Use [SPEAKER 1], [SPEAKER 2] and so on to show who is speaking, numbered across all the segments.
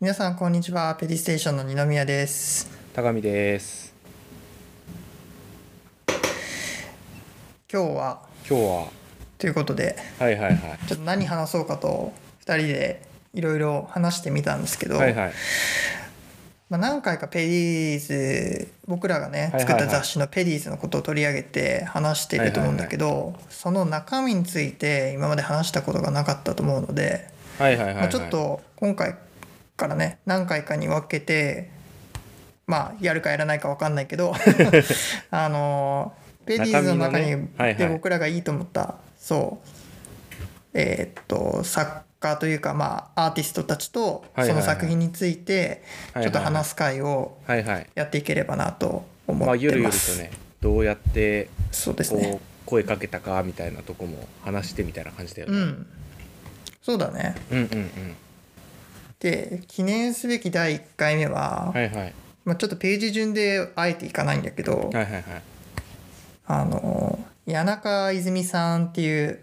[SPEAKER 1] 皆さんこんにちはペディステーションの二宮です
[SPEAKER 2] 高見です
[SPEAKER 1] 今日は
[SPEAKER 2] 今日は
[SPEAKER 1] ということで
[SPEAKER 2] はいはいはい
[SPEAKER 1] ちょっと何話そうかと2人でいろいろ話してみたんですけど、
[SPEAKER 2] はいはい
[SPEAKER 1] まあ、何回かペディーズ僕らがね
[SPEAKER 2] はいはい
[SPEAKER 1] 作
[SPEAKER 2] は
[SPEAKER 1] っ
[SPEAKER 2] い
[SPEAKER 1] た雑誌のペディーズのことを取り上げて話していると思うんだけどその中身について今まで話したことがなかったと思うので、
[SPEAKER 2] はいはいはい
[SPEAKER 1] ま
[SPEAKER 2] は
[SPEAKER 1] あ、
[SPEAKER 2] い
[SPEAKER 1] ちょっと今回からね何回かに分けてまあやるかやらないか分かんないけ どあのペディーズの中
[SPEAKER 2] 中身の
[SPEAKER 1] に
[SPEAKER 2] ねはいはい
[SPEAKER 1] で僕らがいいと思ったそうえーっと作家というかまあアーティストたちと
[SPEAKER 2] はいはい
[SPEAKER 1] そ
[SPEAKER 2] は
[SPEAKER 1] の
[SPEAKER 2] い
[SPEAKER 1] 作品について
[SPEAKER 2] はいはいはい
[SPEAKER 1] ちょっと話す会を
[SPEAKER 2] はいはい
[SPEAKER 1] やっていければなと思
[SPEAKER 2] まあ
[SPEAKER 1] っ
[SPEAKER 2] ゆ
[SPEAKER 1] て
[SPEAKER 2] るゆる
[SPEAKER 1] ま
[SPEAKER 2] と
[SPEAKER 1] す。
[SPEAKER 2] ねどうやって
[SPEAKER 1] そうです
[SPEAKER 2] こう、
[SPEAKER 1] ね。
[SPEAKER 2] 声かけたかみたいなとこも話してみたいな感じだよ
[SPEAKER 1] う
[SPEAKER 2] ね、
[SPEAKER 1] ん。そうだね。
[SPEAKER 2] うん、うんうん
[SPEAKER 1] で記念すべき第1回目は、
[SPEAKER 2] はいはい
[SPEAKER 1] まあ、ちょっとページ順であえていかないんだけど、
[SPEAKER 2] はいはいはい
[SPEAKER 1] あの谷中泉さんっていう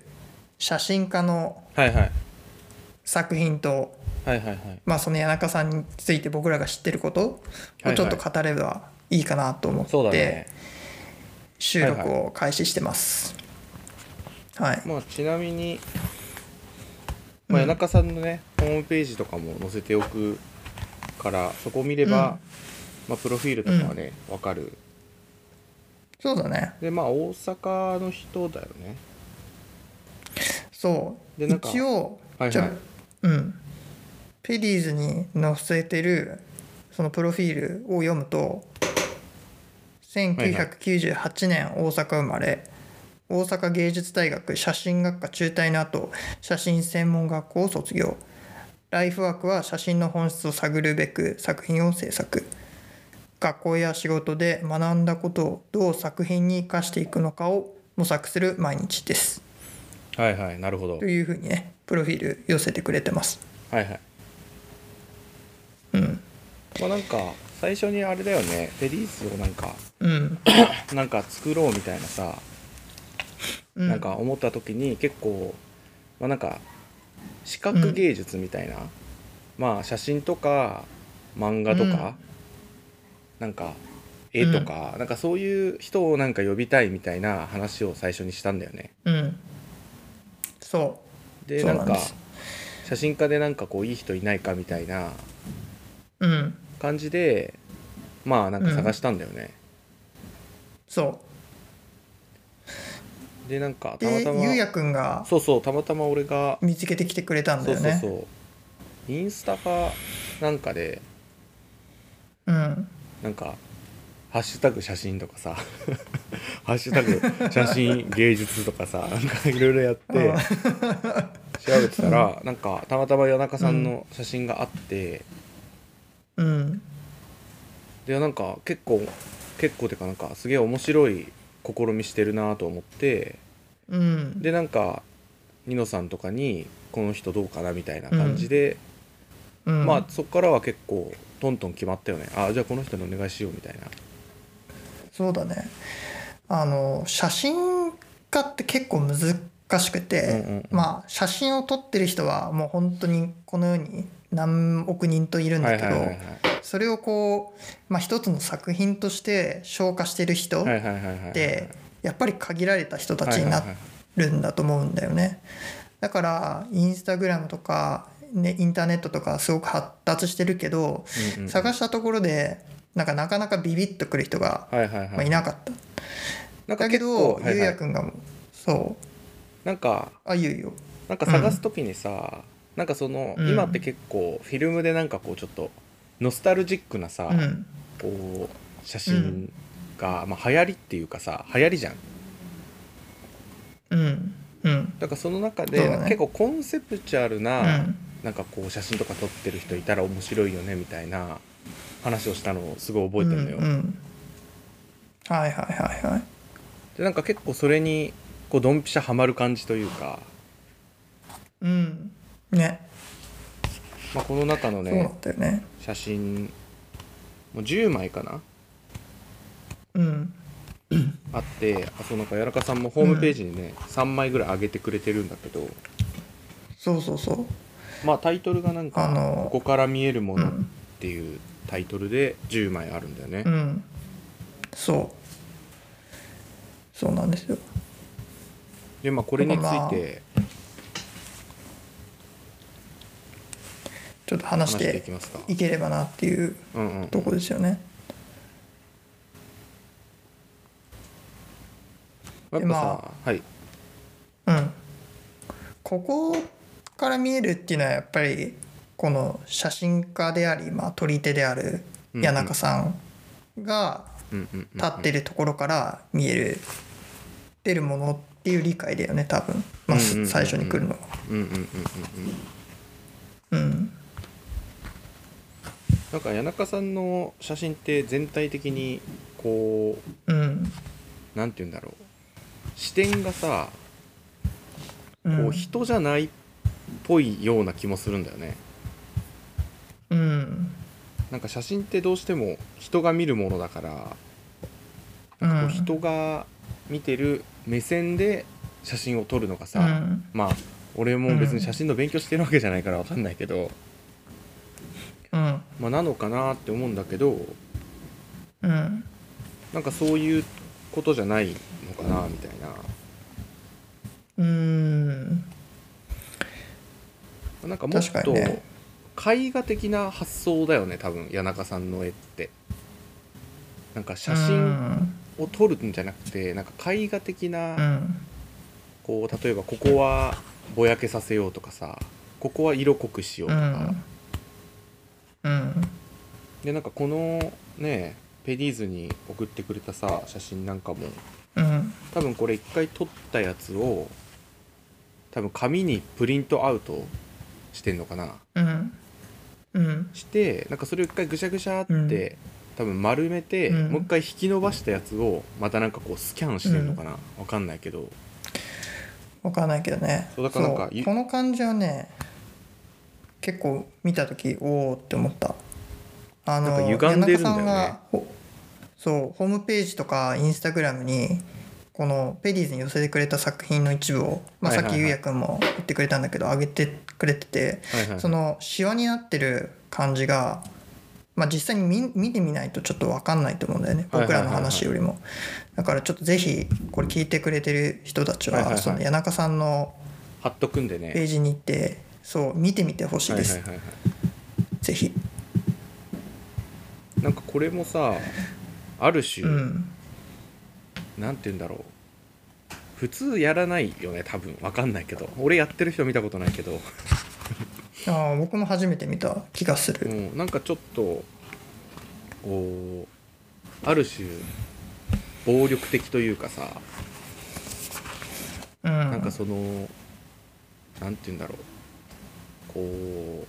[SPEAKER 1] 写真家の
[SPEAKER 2] はいはい
[SPEAKER 1] 作品と、
[SPEAKER 2] はいはいはい
[SPEAKER 1] まあ、その谷中さんについて僕らが知ってることをちょっと語ればいいかなと思
[SPEAKER 2] そうだ
[SPEAKER 1] っ
[SPEAKER 2] ね
[SPEAKER 1] て収録を開始してます。はい、
[SPEAKER 2] まあちなみにまあ谷中さんのね、ホームページとかも載せておくからそこを見れば、
[SPEAKER 1] うん
[SPEAKER 2] まあ、プロフィールとかはね、わかる
[SPEAKER 1] そうだね
[SPEAKER 2] でまあ大阪の人だよね
[SPEAKER 1] そう
[SPEAKER 2] でなんか
[SPEAKER 1] 一応、
[SPEAKER 2] はいはい
[SPEAKER 1] じゃうんペディーズに載せてるそのプロフィールを読むと1998年大阪生まれ、大阪芸術大学写真学科中退の後写真専門学校を卒業ライフワークは写真の本質を探るべく作品を制作学校や仕事で学んだことをどう作品に生かしていくのかを模索する毎日です
[SPEAKER 2] はいはいなるほど
[SPEAKER 1] というふうにねプロフィール寄せてくれてます
[SPEAKER 2] はいはい
[SPEAKER 1] うん
[SPEAKER 2] まあなんか最初にあれだよねペリーズをなんか
[SPEAKER 1] うん
[SPEAKER 2] なんか作ろうみたいなさ、
[SPEAKER 1] うん
[SPEAKER 2] なんか思った時に結構まあなんか視覚芸術みたいな、まあ写真とか漫画とか、なんか絵とか、なんかそういう人をなんか呼びたいみたいな話を最初にしたんだよね。
[SPEAKER 1] うんそ
[SPEAKER 2] で
[SPEAKER 1] そう
[SPEAKER 2] な
[SPEAKER 1] なんんで
[SPEAKER 2] か
[SPEAKER 1] す
[SPEAKER 2] 写真家でなんかこういい人いないかみたいな
[SPEAKER 1] ううん
[SPEAKER 2] 感じでまあなんか探したんだよね。
[SPEAKER 1] そ
[SPEAKER 2] でなんか
[SPEAKER 1] う
[SPEAKER 2] たま
[SPEAKER 1] で
[SPEAKER 2] たま
[SPEAKER 1] ゆうやくんが
[SPEAKER 2] そうそうたまたま俺が
[SPEAKER 1] 見つけてきてくれたんだ
[SPEAKER 2] そう
[SPEAKER 1] よ
[SPEAKER 2] そう
[SPEAKER 1] ね
[SPEAKER 2] そうインスタかなんかで
[SPEAKER 1] うん
[SPEAKER 2] なんか「ハッシュタグ写真」とかさ 「ハッシュタグ写真芸術」と かさなんかいろいろやって
[SPEAKER 1] あ
[SPEAKER 2] 調べてたらなんかたまたま谷中さんの写真があって、
[SPEAKER 1] うん
[SPEAKER 2] でなんか結構結構てかなんかすげえ面白い試みしてるなと思って
[SPEAKER 1] うん
[SPEAKER 2] でなんかニノさんとかにこの人どうかなみたいな感じで、
[SPEAKER 1] うん
[SPEAKER 2] まあそこからは結構トントン決まったよねあじゃあこの人にお願いしようみたいな
[SPEAKER 1] そうだねあの写真家って結構難しくて、
[SPEAKER 2] うんうんうん
[SPEAKER 1] まあ写真を撮ってる人はもう本当にこの世に何億人といるんだけど、
[SPEAKER 2] はいはい
[SPEAKER 1] それをこう、まあ、一つの作品として消化してる人
[SPEAKER 2] はいはいはいはいはいはい
[SPEAKER 1] ってやっぱり限られた人たちにな
[SPEAKER 2] はいはいはい
[SPEAKER 1] るんだと思うんだよね。だからインスタグラムとか、ね、インターネットとかすごく発達してるけど、
[SPEAKER 2] うんうん
[SPEAKER 1] 探したところでなんかなかなかビビッとくる人が、
[SPEAKER 2] はいはいはい
[SPEAKER 1] まあ、いなかった。
[SPEAKER 2] なんか
[SPEAKER 1] だけ
[SPEAKER 2] 結
[SPEAKER 1] ど
[SPEAKER 2] 構、
[SPEAKER 1] ゆう
[SPEAKER 2] はいは
[SPEAKER 1] や
[SPEAKER 2] い
[SPEAKER 1] くんがもうそう
[SPEAKER 2] なんか
[SPEAKER 1] あゆうよ
[SPEAKER 2] なんか探す時にさ、なんかその、
[SPEAKER 1] うん
[SPEAKER 2] 今って結構フィルムでなんかこうちょっとノスタルジックなさ、
[SPEAKER 1] うん
[SPEAKER 2] こう写真が、まあ、流行りっていうかさ流行りじゃん
[SPEAKER 1] うんうん
[SPEAKER 2] だからその中
[SPEAKER 1] そう
[SPEAKER 2] で、
[SPEAKER 1] だね
[SPEAKER 2] 結構コンセプチュアル
[SPEAKER 1] う
[SPEAKER 2] な、
[SPEAKER 1] ん
[SPEAKER 2] なんかこう写真とか撮ってる人いたら面白いよねみたいな話をしたのをすごい覚えてるのよ、
[SPEAKER 1] うんうんはいはいはいはい
[SPEAKER 2] でなんか結構それにこうドンピシャハマる感じというか、
[SPEAKER 1] うんね
[SPEAKER 2] まあ、この中の
[SPEAKER 1] そうだ
[SPEAKER 2] ね
[SPEAKER 1] ったよね
[SPEAKER 2] 写真もう10枚かな
[SPEAKER 1] うん
[SPEAKER 2] あってあそうなんか谷中さんもホームページにね、3枚ぐらい上げてくれてるんだけど
[SPEAKER 1] そうそうそう
[SPEAKER 2] まあタイトルがなん
[SPEAKER 1] あ
[SPEAKER 2] か
[SPEAKER 1] の
[SPEAKER 2] 「ここから見えるも
[SPEAKER 1] う
[SPEAKER 2] の」っ
[SPEAKER 1] ん、
[SPEAKER 2] ていうタイトルで10枚あるんだよね、
[SPEAKER 1] うん、そうそうなんですよ
[SPEAKER 2] でまあこれについて
[SPEAKER 1] ちょっと話し
[SPEAKER 2] 話していき
[SPEAKER 1] て
[SPEAKER 2] ますか
[SPEAKER 1] いければなっていう
[SPEAKER 2] うんうん
[SPEAKER 1] とこですよね
[SPEAKER 2] やっぱ
[SPEAKER 1] ま
[SPEAKER 2] さはい
[SPEAKER 1] うんここから見えるっていうのはやっぱりこの写真家であり、まあ、撮り手である
[SPEAKER 2] うんうん
[SPEAKER 1] 谷中さんが
[SPEAKER 2] うんうんうん
[SPEAKER 1] 立ってるところから見える出るものっていう理解だよね多分、まあ、
[SPEAKER 2] うんうんうんうん
[SPEAKER 1] 最初に来るのは。
[SPEAKER 2] うんうんうんうんうん
[SPEAKER 1] うん
[SPEAKER 2] なんか谷中さんの写真って全体的にこ
[SPEAKER 1] うん
[SPEAKER 2] うなんて言うんだろう視点がさ
[SPEAKER 1] う
[SPEAKER 2] こうん人じゃないっぽいような気もするんだよね
[SPEAKER 1] うん
[SPEAKER 2] なんか写真ってどうしても人が見るものだからこう人が見てる目線で写真を撮るのがさ、
[SPEAKER 1] うん
[SPEAKER 2] まあ俺も別に写真の勉強してるわけじゃないから分かんないけど、
[SPEAKER 1] うん
[SPEAKER 2] まあ、なのかなって思うんだけど
[SPEAKER 1] うん
[SPEAKER 2] なんかそういうことじゃないのかなみたいな
[SPEAKER 1] うん
[SPEAKER 2] なんかもっ
[SPEAKER 1] 確か
[SPEAKER 2] と
[SPEAKER 1] にね
[SPEAKER 2] 絵画的な発想だよね多分谷中さんの絵って。なんか写真を撮るんじゃなくてなんか絵画的な、
[SPEAKER 1] うん
[SPEAKER 2] こう例えばここはぼやけさせようとかさここは色濃くしよう
[SPEAKER 1] う
[SPEAKER 2] とか、
[SPEAKER 1] んうん
[SPEAKER 2] でなんかこのねペディーズに送ってくれたさ写真なんかも
[SPEAKER 1] うん
[SPEAKER 2] 多分これ一回撮ったやつを多分紙にプリントアウトしてんのかな
[SPEAKER 1] うんうん
[SPEAKER 2] してなんかそれを一回ぐしゃぐしゃって、
[SPEAKER 1] うん
[SPEAKER 2] 多分丸めて、
[SPEAKER 1] うん
[SPEAKER 2] もう一回引き伸ばしたやつをまたなんかこうスキャンしてんのかな、わかんないけど
[SPEAKER 1] わかんないけどね
[SPEAKER 2] そうだからなんか
[SPEAKER 1] そうこの感じはね結構見た時おおって思ったあの
[SPEAKER 2] なんか歪んでるんだよ
[SPEAKER 1] 谷
[SPEAKER 2] ね
[SPEAKER 1] 中さがほそうホームページとかインスタグラムにこのペディーズに寄せてくれた作品の一部を、まあ、
[SPEAKER 2] はい
[SPEAKER 1] さっ
[SPEAKER 2] はいはい
[SPEAKER 1] きゆうやくんも言ってくれたんだけど上げてくれてて
[SPEAKER 2] はいはい
[SPEAKER 1] そのシワになってる感じが、まあ、実際に見見てみないとちょっと分かんないと思うんだよね
[SPEAKER 2] はいはい
[SPEAKER 1] 僕
[SPEAKER 2] はい
[SPEAKER 1] ら
[SPEAKER 2] はい
[SPEAKER 1] の話よりも、だからちょっとぜひこれ聞いてくれてる人たちは,、
[SPEAKER 2] はいはいはい
[SPEAKER 1] その谷中さんの
[SPEAKER 2] 貼っとくんでね
[SPEAKER 1] ページに行ってそう見てみてほしい
[SPEAKER 2] はい
[SPEAKER 1] で
[SPEAKER 2] は
[SPEAKER 1] す、
[SPEAKER 2] いはいはい
[SPEAKER 1] ぜひ
[SPEAKER 2] なんかこれもさある種、
[SPEAKER 1] うん
[SPEAKER 2] なんて言うんだろう普通やらないよね多分わかんないけど俺やってる人見たことない けど、
[SPEAKER 1] あー僕も初めて見た気がす
[SPEAKER 2] う
[SPEAKER 1] る
[SPEAKER 2] ん、なんかちょっとこうある種暴力的というかさ
[SPEAKER 1] うん
[SPEAKER 2] なんかそのなんて言うんだろうこう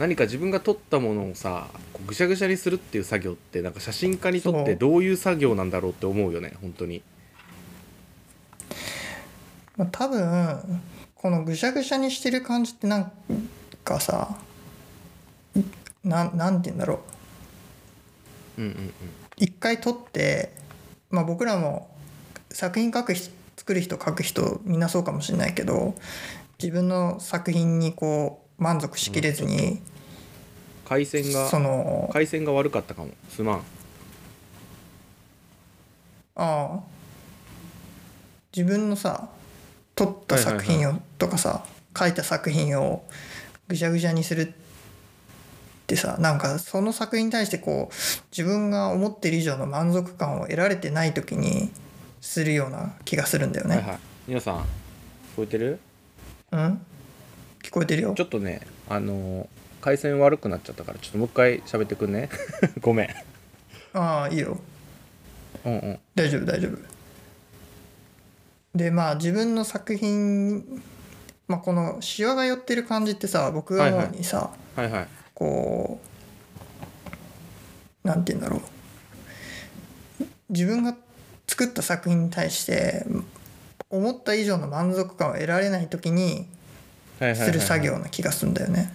[SPEAKER 2] 何か自分が撮ったものをさこうぐしゃぐしゃにするっていう作業ってなんか写真家にとっ
[SPEAKER 1] そ
[SPEAKER 2] て
[SPEAKER 1] う
[SPEAKER 2] どういう作業なんだろうって思うよね本当に。
[SPEAKER 1] まあ、多分このぐしゃぐしゃにしてる感じってなんかさなんなんて言うんだろう
[SPEAKER 2] うんうんうん
[SPEAKER 1] 一回撮って、まあ、僕らも作品書く人作る人書く人みんなそうかもしれないけど自分の作品にこう満足しきれずに、
[SPEAKER 2] 回線が
[SPEAKER 1] その
[SPEAKER 2] 回線が悪かったかもすまん
[SPEAKER 1] ああ自分のさ撮った作
[SPEAKER 2] はい
[SPEAKER 1] 品
[SPEAKER 2] は
[SPEAKER 1] をとかさ書いた作品をぐしゃぐしゃにするってさなんかその作品に対してこう自分が思ってる以上の満足感を得られてない時にするような気がするんだよね。
[SPEAKER 2] はいはい皆さん聞こえてる
[SPEAKER 1] うん聞こえてるよ
[SPEAKER 2] ちょっとねあのー回線悪くなっちゃったからちょっともう一回喋ってくんね ごめん
[SPEAKER 1] ああいいよ
[SPEAKER 2] うんうん
[SPEAKER 1] 大丈夫大丈夫でまあ自分の作品、まあ、このシワが寄ってる感じってさ僕が思うにさ、
[SPEAKER 2] はいはい
[SPEAKER 1] こうなんて言うんだろう自分が作った作品に対して思った以上の満足感を得られない時に
[SPEAKER 2] はいはいはい
[SPEAKER 1] する作業な気がするんだよね、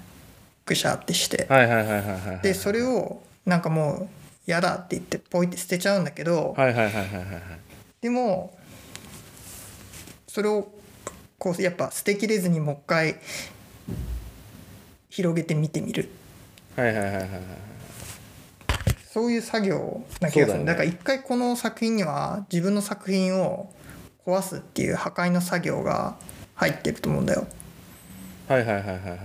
[SPEAKER 1] ぐしゃってして。
[SPEAKER 2] はいはいはいはいはいはい
[SPEAKER 1] でそれをなんかもう嫌だって言ってポイって捨てちゃうんだけど、
[SPEAKER 2] はいはいはいはいはいはい
[SPEAKER 1] でもそれをこうやっぱ捨てきれずにもう一回広げて見てみる
[SPEAKER 2] はいはいはいはいはい
[SPEAKER 1] そういう作業な気がす
[SPEAKER 2] そうだ
[SPEAKER 1] る
[SPEAKER 2] ね
[SPEAKER 1] だから一回この作品には自分の作品を壊すっていう破壊の作業が入ってると思うんだよ
[SPEAKER 2] はいはいはいはいはいはい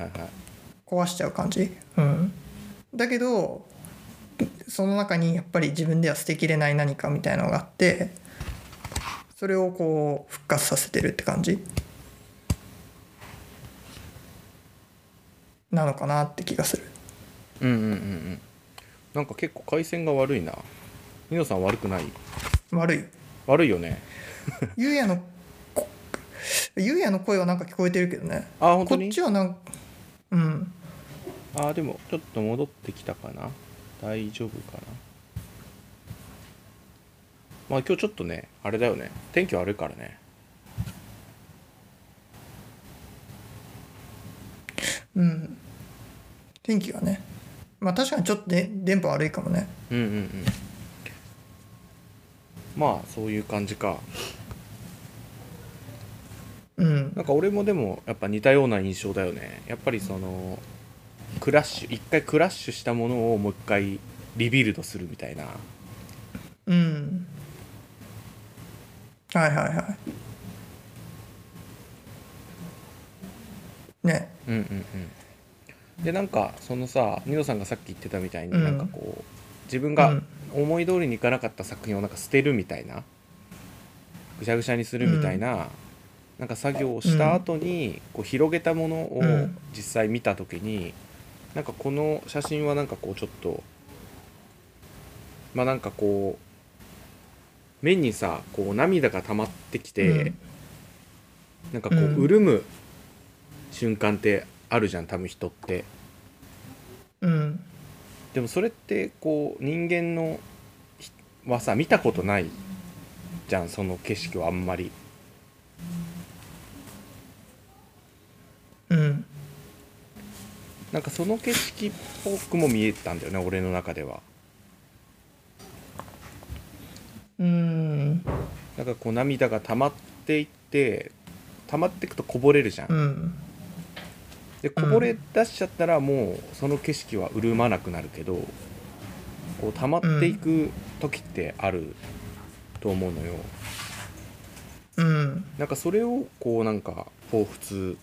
[SPEAKER 1] 壊しちゃう感じうんだけどその中にやっぱり自分では捨てきれない何かみたいなのがあってそれをこう復活させてるって感じなのかなって気がする
[SPEAKER 2] うんうんうんうんなんか結構回線が悪いなニノさん悪くない
[SPEAKER 1] 悪 い
[SPEAKER 2] 悪いよね
[SPEAKER 1] ゆうやのこゆうやの声はなんか聞こえてるけどね
[SPEAKER 2] あ本
[SPEAKER 1] こ
[SPEAKER 2] 当
[SPEAKER 1] っ
[SPEAKER 2] に
[SPEAKER 1] ちはなんうん
[SPEAKER 2] あでもちょっと戻ってきたかな大丈夫かなまあ今日ちょっとねあれだよね天気悪いからね
[SPEAKER 1] うん天気がねまあ確かにちょっとで電波悪いかもね
[SPEAKER 2] うんうんうんまあそういう感じか
[SPEAKER 1] うん
[SPEAKER 2] なんか俺もでもやっぱ似たような印象だよねやっぱりそのクラッシュ一回クラッシュしたものをもう一回リビルドするみたいな
[SPEAKER 1] うんはいはいはいね
[SPEAKER 2] うんうんうんでなんかそのさニノさんがさっき言ってたみたいに、
[SPEAKER 1] うん
[SPEAKER 2] なんかこう自分
[SPEAKER 1] う
[SPEAKER 2] が
[SPEAKER 1] ん
[SPEAKER 2] 思い通りにいかなかった作品をなんか捨てるみたいなぐしゃぐしゃにするみたいな、なんか作業をした後に、こう広げたものを
[SPEAKER 1] うん
[SPEAKER 2] 実際見た時に、なんかこの写真はなんかこうちょっとまあなんかこう目にさこう涙が溜まってきて、
[SPEAKER 1] うん
[SPEAKER 2] なんかこう、
[SPEAKER 1] うん
[SPEAKER 2] 潤む瞬間ってあるじゃん多分人って
[SPEAKER 1] うん
[SPEAKER 2] でもそれってこう人間のひはさ見たことないじゃんその景色はあんまり
[SPEAKER 1] うん
[SPEAKER 2] なんかその景色っぽくも見えたんだよね俺の中では
[SPEAKER 1] うん
[SPEAKER 2] なんかこう涙が溜まっていって溜まっていくとこぼれるじゃん、
[SPEAKER 1] うん
[SPEAKER 2] でこぼれ出しちゃったらもうその景色は潤まなくなるけどこう溜まっていく時ってあると思うのよ、
[SPEAKER 1] うん
[SPEAKER 2] なんかそれをこうなんか彷彿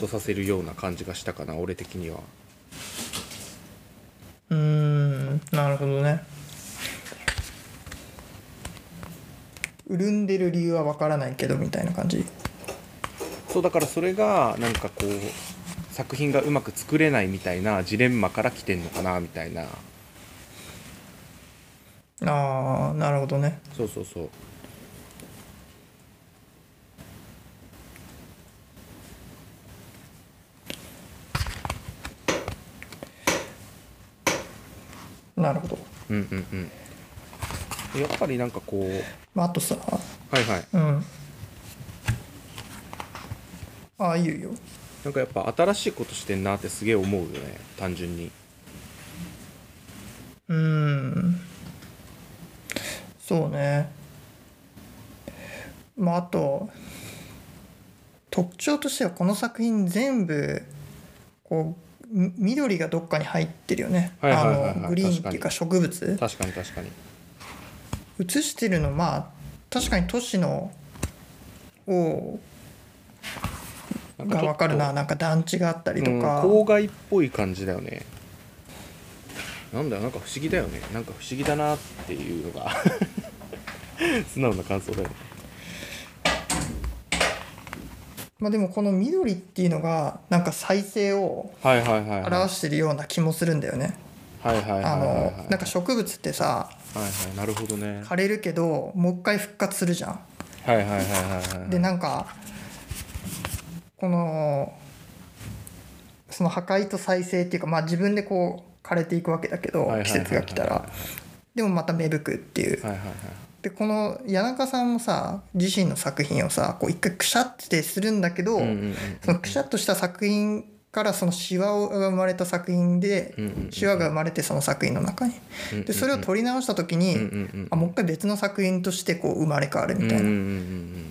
[SPEAKER 2] とさせるような感じがしたかな俺的には
[SPEAKER 1] うんなるほどね潤んでる理由はわからないけどみたいな感じ
[SPEAKER 2] そうだからそれがなんかこう作品がうまく作れないみたいなジレンマから来てんのかなみたいな
[SPEAKER 1] ああなるほどね
[SPEAKER 2] そうそうそう
[SPEAKER 1] なるほど、
[SPEAKER 2] うんうんうんでやっぱりなんかこう
[SPEAKER 1] まあ、あとさ
[SPEAKER 2] はいはい
[SPEAKER 1] うんああいいよ
[SPEAKER 2] なんかやっぱ新しいことしてんなってすげえ思うよね単純に
[SPEAKER 1] うーんそうねまああと特徴としてはこの作品全部こうみ緑がどっかに入ってるよね
[SPEAKER 2] はいはいはいは
[SPEAKER 1] あ
[SPEAKER 2] い
[SPEAKER 1] のグリーンっていうか植物
[SPEAKER 2] 確かに確かに
[SPEAKER 1] 映してるのまあ確かに都市のを
[SPEAKER 2] なん
[SPEAKER 1] が
[SPEAKER 2] ちょ
[SPEAKER 1] 分
[SPEAKER 2] っと
[SPEAKER 1] かるななんか団地があったりとか、
[SPEAKER 2] うん、郊外っぽい感じだよねなんだよなんか不思議だよねなんか不思議だなっていうのが 素直な感想だよね
[SPEAKER 1] まあ、でもこの緑っていうのがなんか再生を
[SPEAKER 2] はいはいはいはいはい
[SPEAKER 1] 表してるような気もするんだよね。
[SPEAKER 2] はいはいはい
[SPEAKER 1] あのなんか
[SPEAKER 2] は
[SPEAKER 1] 植物ってさ
[SPEAKER 2] いはいなるほどね
[SPEAKER 1] 枯れるけどもう一回復活するじゃん。
[SPEAKER 2] はいはいはいはいはい
[SPEAKER 1] でなんかこのその破壊と再生っていうか、まあ、自分でこう枯れていくわけだけど
[SPEAKER 2] はいはいはいはい
[SPEAKER 1] 季節が来たらでもまた芽吹くっていう。
[SPEAKER 2] はいはいはい
[SPEAKER 1] でこの谷中さんもさ自身の作品をさこう一回くしゃってするんだけど、
[SPEAKER 2] うんうんうん
[SPEAKER 1] そのくしゃっとした作品からそのシワが生まれた作品で、
[SPEAKER 2] うんうんうんうん
[SPEAKER 1] シワが生まれてその作品の中に。
[SPEAKER 2] うんうん
[SPEAKER 1] でそれを取り直した時に、
[SPEAKER 2] うんうんうん
[SPEAKER 1] あもう一回別の作品としてこう生まれ変わるみたいな、
[SPEAKER 2] うんうんうんうん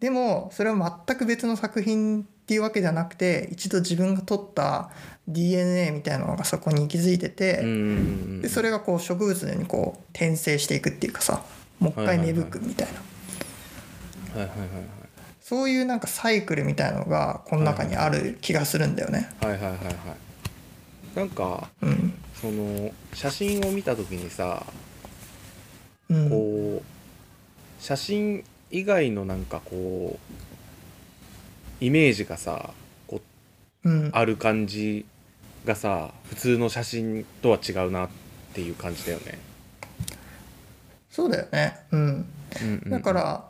[SPEAKER 1] でもそれは全く別の作品ってっていうわけではなくて一度自分が取った DNA みたいなのがそこに息づいてて、
[SPEAKER 2] うんうんうん
[SPEAKER 1] でそれがこう植物のようにこう転生していくっていうかさもう一回芽吹くみたいな、
[SPEAKER 2] はいはいはい
[SPEAKER 1] そういうなんかサイクルみたいのがこの中にある気がするんだよね。
[SPEAKER 2] はいはいはいはいはいなんか
[SPEAKER 1] うん
[SPEAKER 2] その写真を見た時にさ
[SPEAKER 1] うん、
[SPEAKER 2] こう写真以外のなんかこうイメージがさこう
[SPEAKER 1] うん、
[SPEAKER 2] ある感じがさ普通の写真とは違うなっていう感じだよね。
[SPEAKER 1] そうだよね、うん、だから、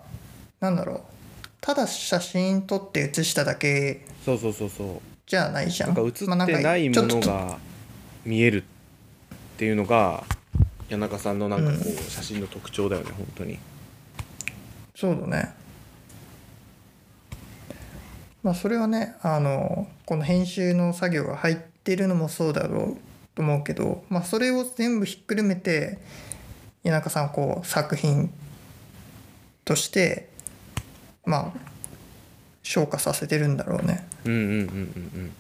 [SPEAKER 1] なんだろうただ写真撮って写しただけ
[SPEAKER 2] そうそうそうそう
[SPEAKER 1] じゃないじゃん
[SPEAKER 2] なんか写
[SPEAKER 1] まあ
[SPEAKER 2] ってない
[SPEAKER 1] ちょ
[SPEAKER 2] も
[SPEAKER 1] っと
[SPEAKER 2] のが見えるっていうのが谷中さんのなんかこう写真の特徴だよね本当に。
[SPEAKER 1] そうだねまあそれはねあのこの編集の作業が入ってるのもそうだろうと思うけど、まあ、それを全部ひっくるめて谷中さんこう作品としてまあ昇華させてるんだろうね
[SPEAKER 2] うんうんうんうん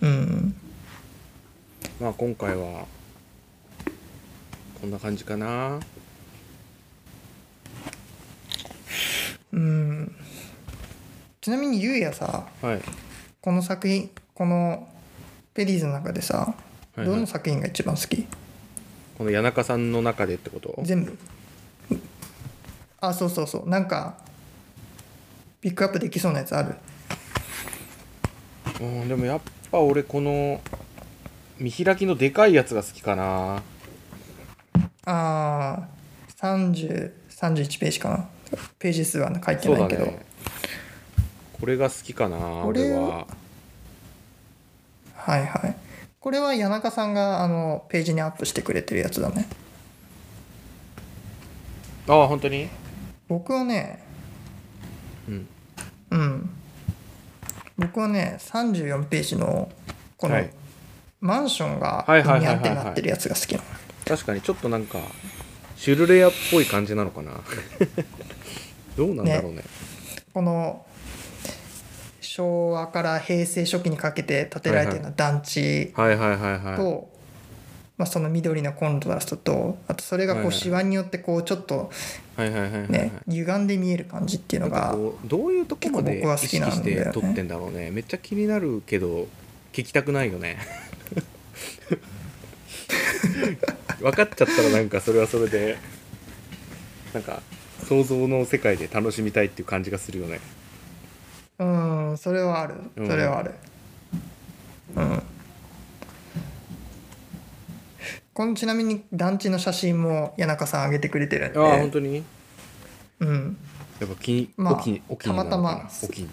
[SPEAKER 2] うん。
[SPEAKER 1] うん
[SPEAKER 2] まあ今回はこんな感じかな。
[SPEAKER 1] うんちなみにゆうやさ
[SPEAKER 2] はい。
[SPEAKER 1] この作品このペリーズの中でさ
[SPEAKER 2] いはい
[SPEAKER 1] どの作品が一番好き、
[SPEAKER 2] この谷中さんの中でってこと
[SPEAKER 1] 全部あそうそうそうなんかピックアップできそうなやつある
[SPEAKER 2] うんでもやっぱ俺この見開きのでかいやつが好きかな
[SPEAKER 1] あー3031ページかなページ数は書いて
[SPEAKER 2] そう
[SPEAKER 1] な
[SPEAKER 2] だ
[SPEAKER 1] いけど、
[SPEAKER 2] ねこれが好きかな
[SPEAKER 1] これ
[SPEAKER 2] 俺
[SPEAKER 1] は
[SPEAKER 2] は
[SPEAKER 1] はいはいこれは谷中さんがあのページにアップしてくれてるやつだね
[SPEAKER 2] ああ本当に
[SPEAKER 1] 僕はね
[SPEAKER 2] うん
[SPEAKER 1] うん僕はね34ページのこの、
[SPEAKER 2] はい
[SPEAKER 1] マンションが
[SPEAKER 2] はいはいはいはいはい
[SPEAKER 1] にゃってなってるやつが好きなの
[SPEAKER 2] 確かにちょっとなんかシュルレアっぽい感じなのかな どうなんだろうね
[SPEAKER 1] この昭和から平成初期にかけて建てられてるような団地
[SPEAKER 2] はいはいはいはい
[SPEAKER 1] と、まあ、その緑のコントラストとあとそれが
[SPEAKER 2] はい
[SPEAKER 1] こ
[SPEAKER 2] は
[SPEAKER 1] う
[SPEAKER 2] い
[SPEAKER 1] シワによってこうちょっと
[SPEAKER 2] はいはいはいはいはい、
[SPEAKER 1] ね歪んで見える感じっていう
[SPEAKER 2] な
[SPEAKER 1] の
[SPEAKER 2] んか
[SPEAKER 1] が
[SPEAKER 2] こうどういうとこまで
[SPEAKER 1] 結
[SPEAKER 2] 意
[SPEAKER 1] 構僕は好
[SPEAKER 2] 識
[SPEAKER 1] きなんだ
[SPEAKER 2] し
[SPEAKER 1] よね
[SPEAKER 2] て撮ってんだろうねめっちゃ気になるけど聞きたくない よね分かっちゃったらなんかそれはそれでなんか想像の世界で楽しみたいっていう感じがするよね
[SPEAKER 1] うんそれはある
[SPEAKER 2] うん
[SPEAKER 1] それはあるうんこのちなみに団地の写真も谷中さん上げてくれてるんで
[SPEAKER 2] ああ本当に
[SPEAKER 1] うん
[SPEAKER 2] やっぱ気に、
[SPEAKER 1] まあ
[SPEAKER 2] お気にお気になる
[SPEAKER 1] た
[SPEAKER 2] の
[SPEAKER 1] また
[SPEAKER 2] かな
[SPEAKER 1] ま
[SPEAKER 2] お気に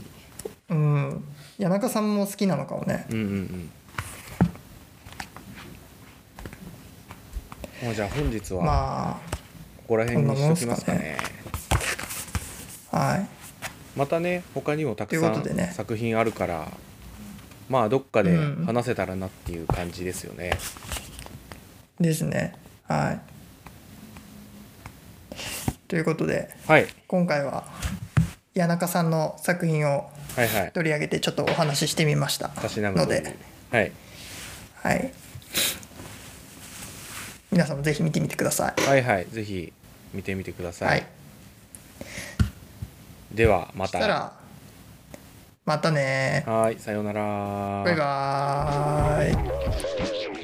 [SPEAKER 1] うん谷中さんも好きなのかもね
[SPEAKER 2] うんうんうんまあじゃあ本日は
[SPEAKER 1] ま
[SPEAKER 2] ここら辺にしときますか
[SPEAKER 1] こんな
[SPEAKER 2] ね
[SPEAKER 1] あはい
[SPEAKER 2] またね他にもたくさ
[SPEAKER 1] ということで
[SPEAKER 2] ん
[SPEAKER 1] ね
[SPEAKER 2] 作品あるから、まあどっかで
[SPEAKER 1] うん
[SPEAKER 2] 話せたらなっていう感じですよね、
[SPEAKER 1] ですねはいということで
[SPEAKER 2] はい、
[SPEAKER 1] 今回は谷中さんの作品を
[SPEAKER 2] はいはい
[SPEAKER 1] 取り上げてちょっとお話ししてみました
[SPEAKER 2] たしなむ
[SPEAKER 1] の
[SPEAKER 2] という
[SPEAKER 1] で、
[SPEAKER 2] はい、
[SPEAKER 1] はい、皆さんもぜひ見てみてください、
[SPEAKER 2] はいはいぜひ見てみてください、
[SPEAKER 1] はい、
[SPEAKER 2] ではま
[SPEAKER 1] そした
[SPEAKER 2] た
[SPEAKER 1] らまたね
[SPEAKER 2] はいさようなら
[SPEAKER 1] バイバーイ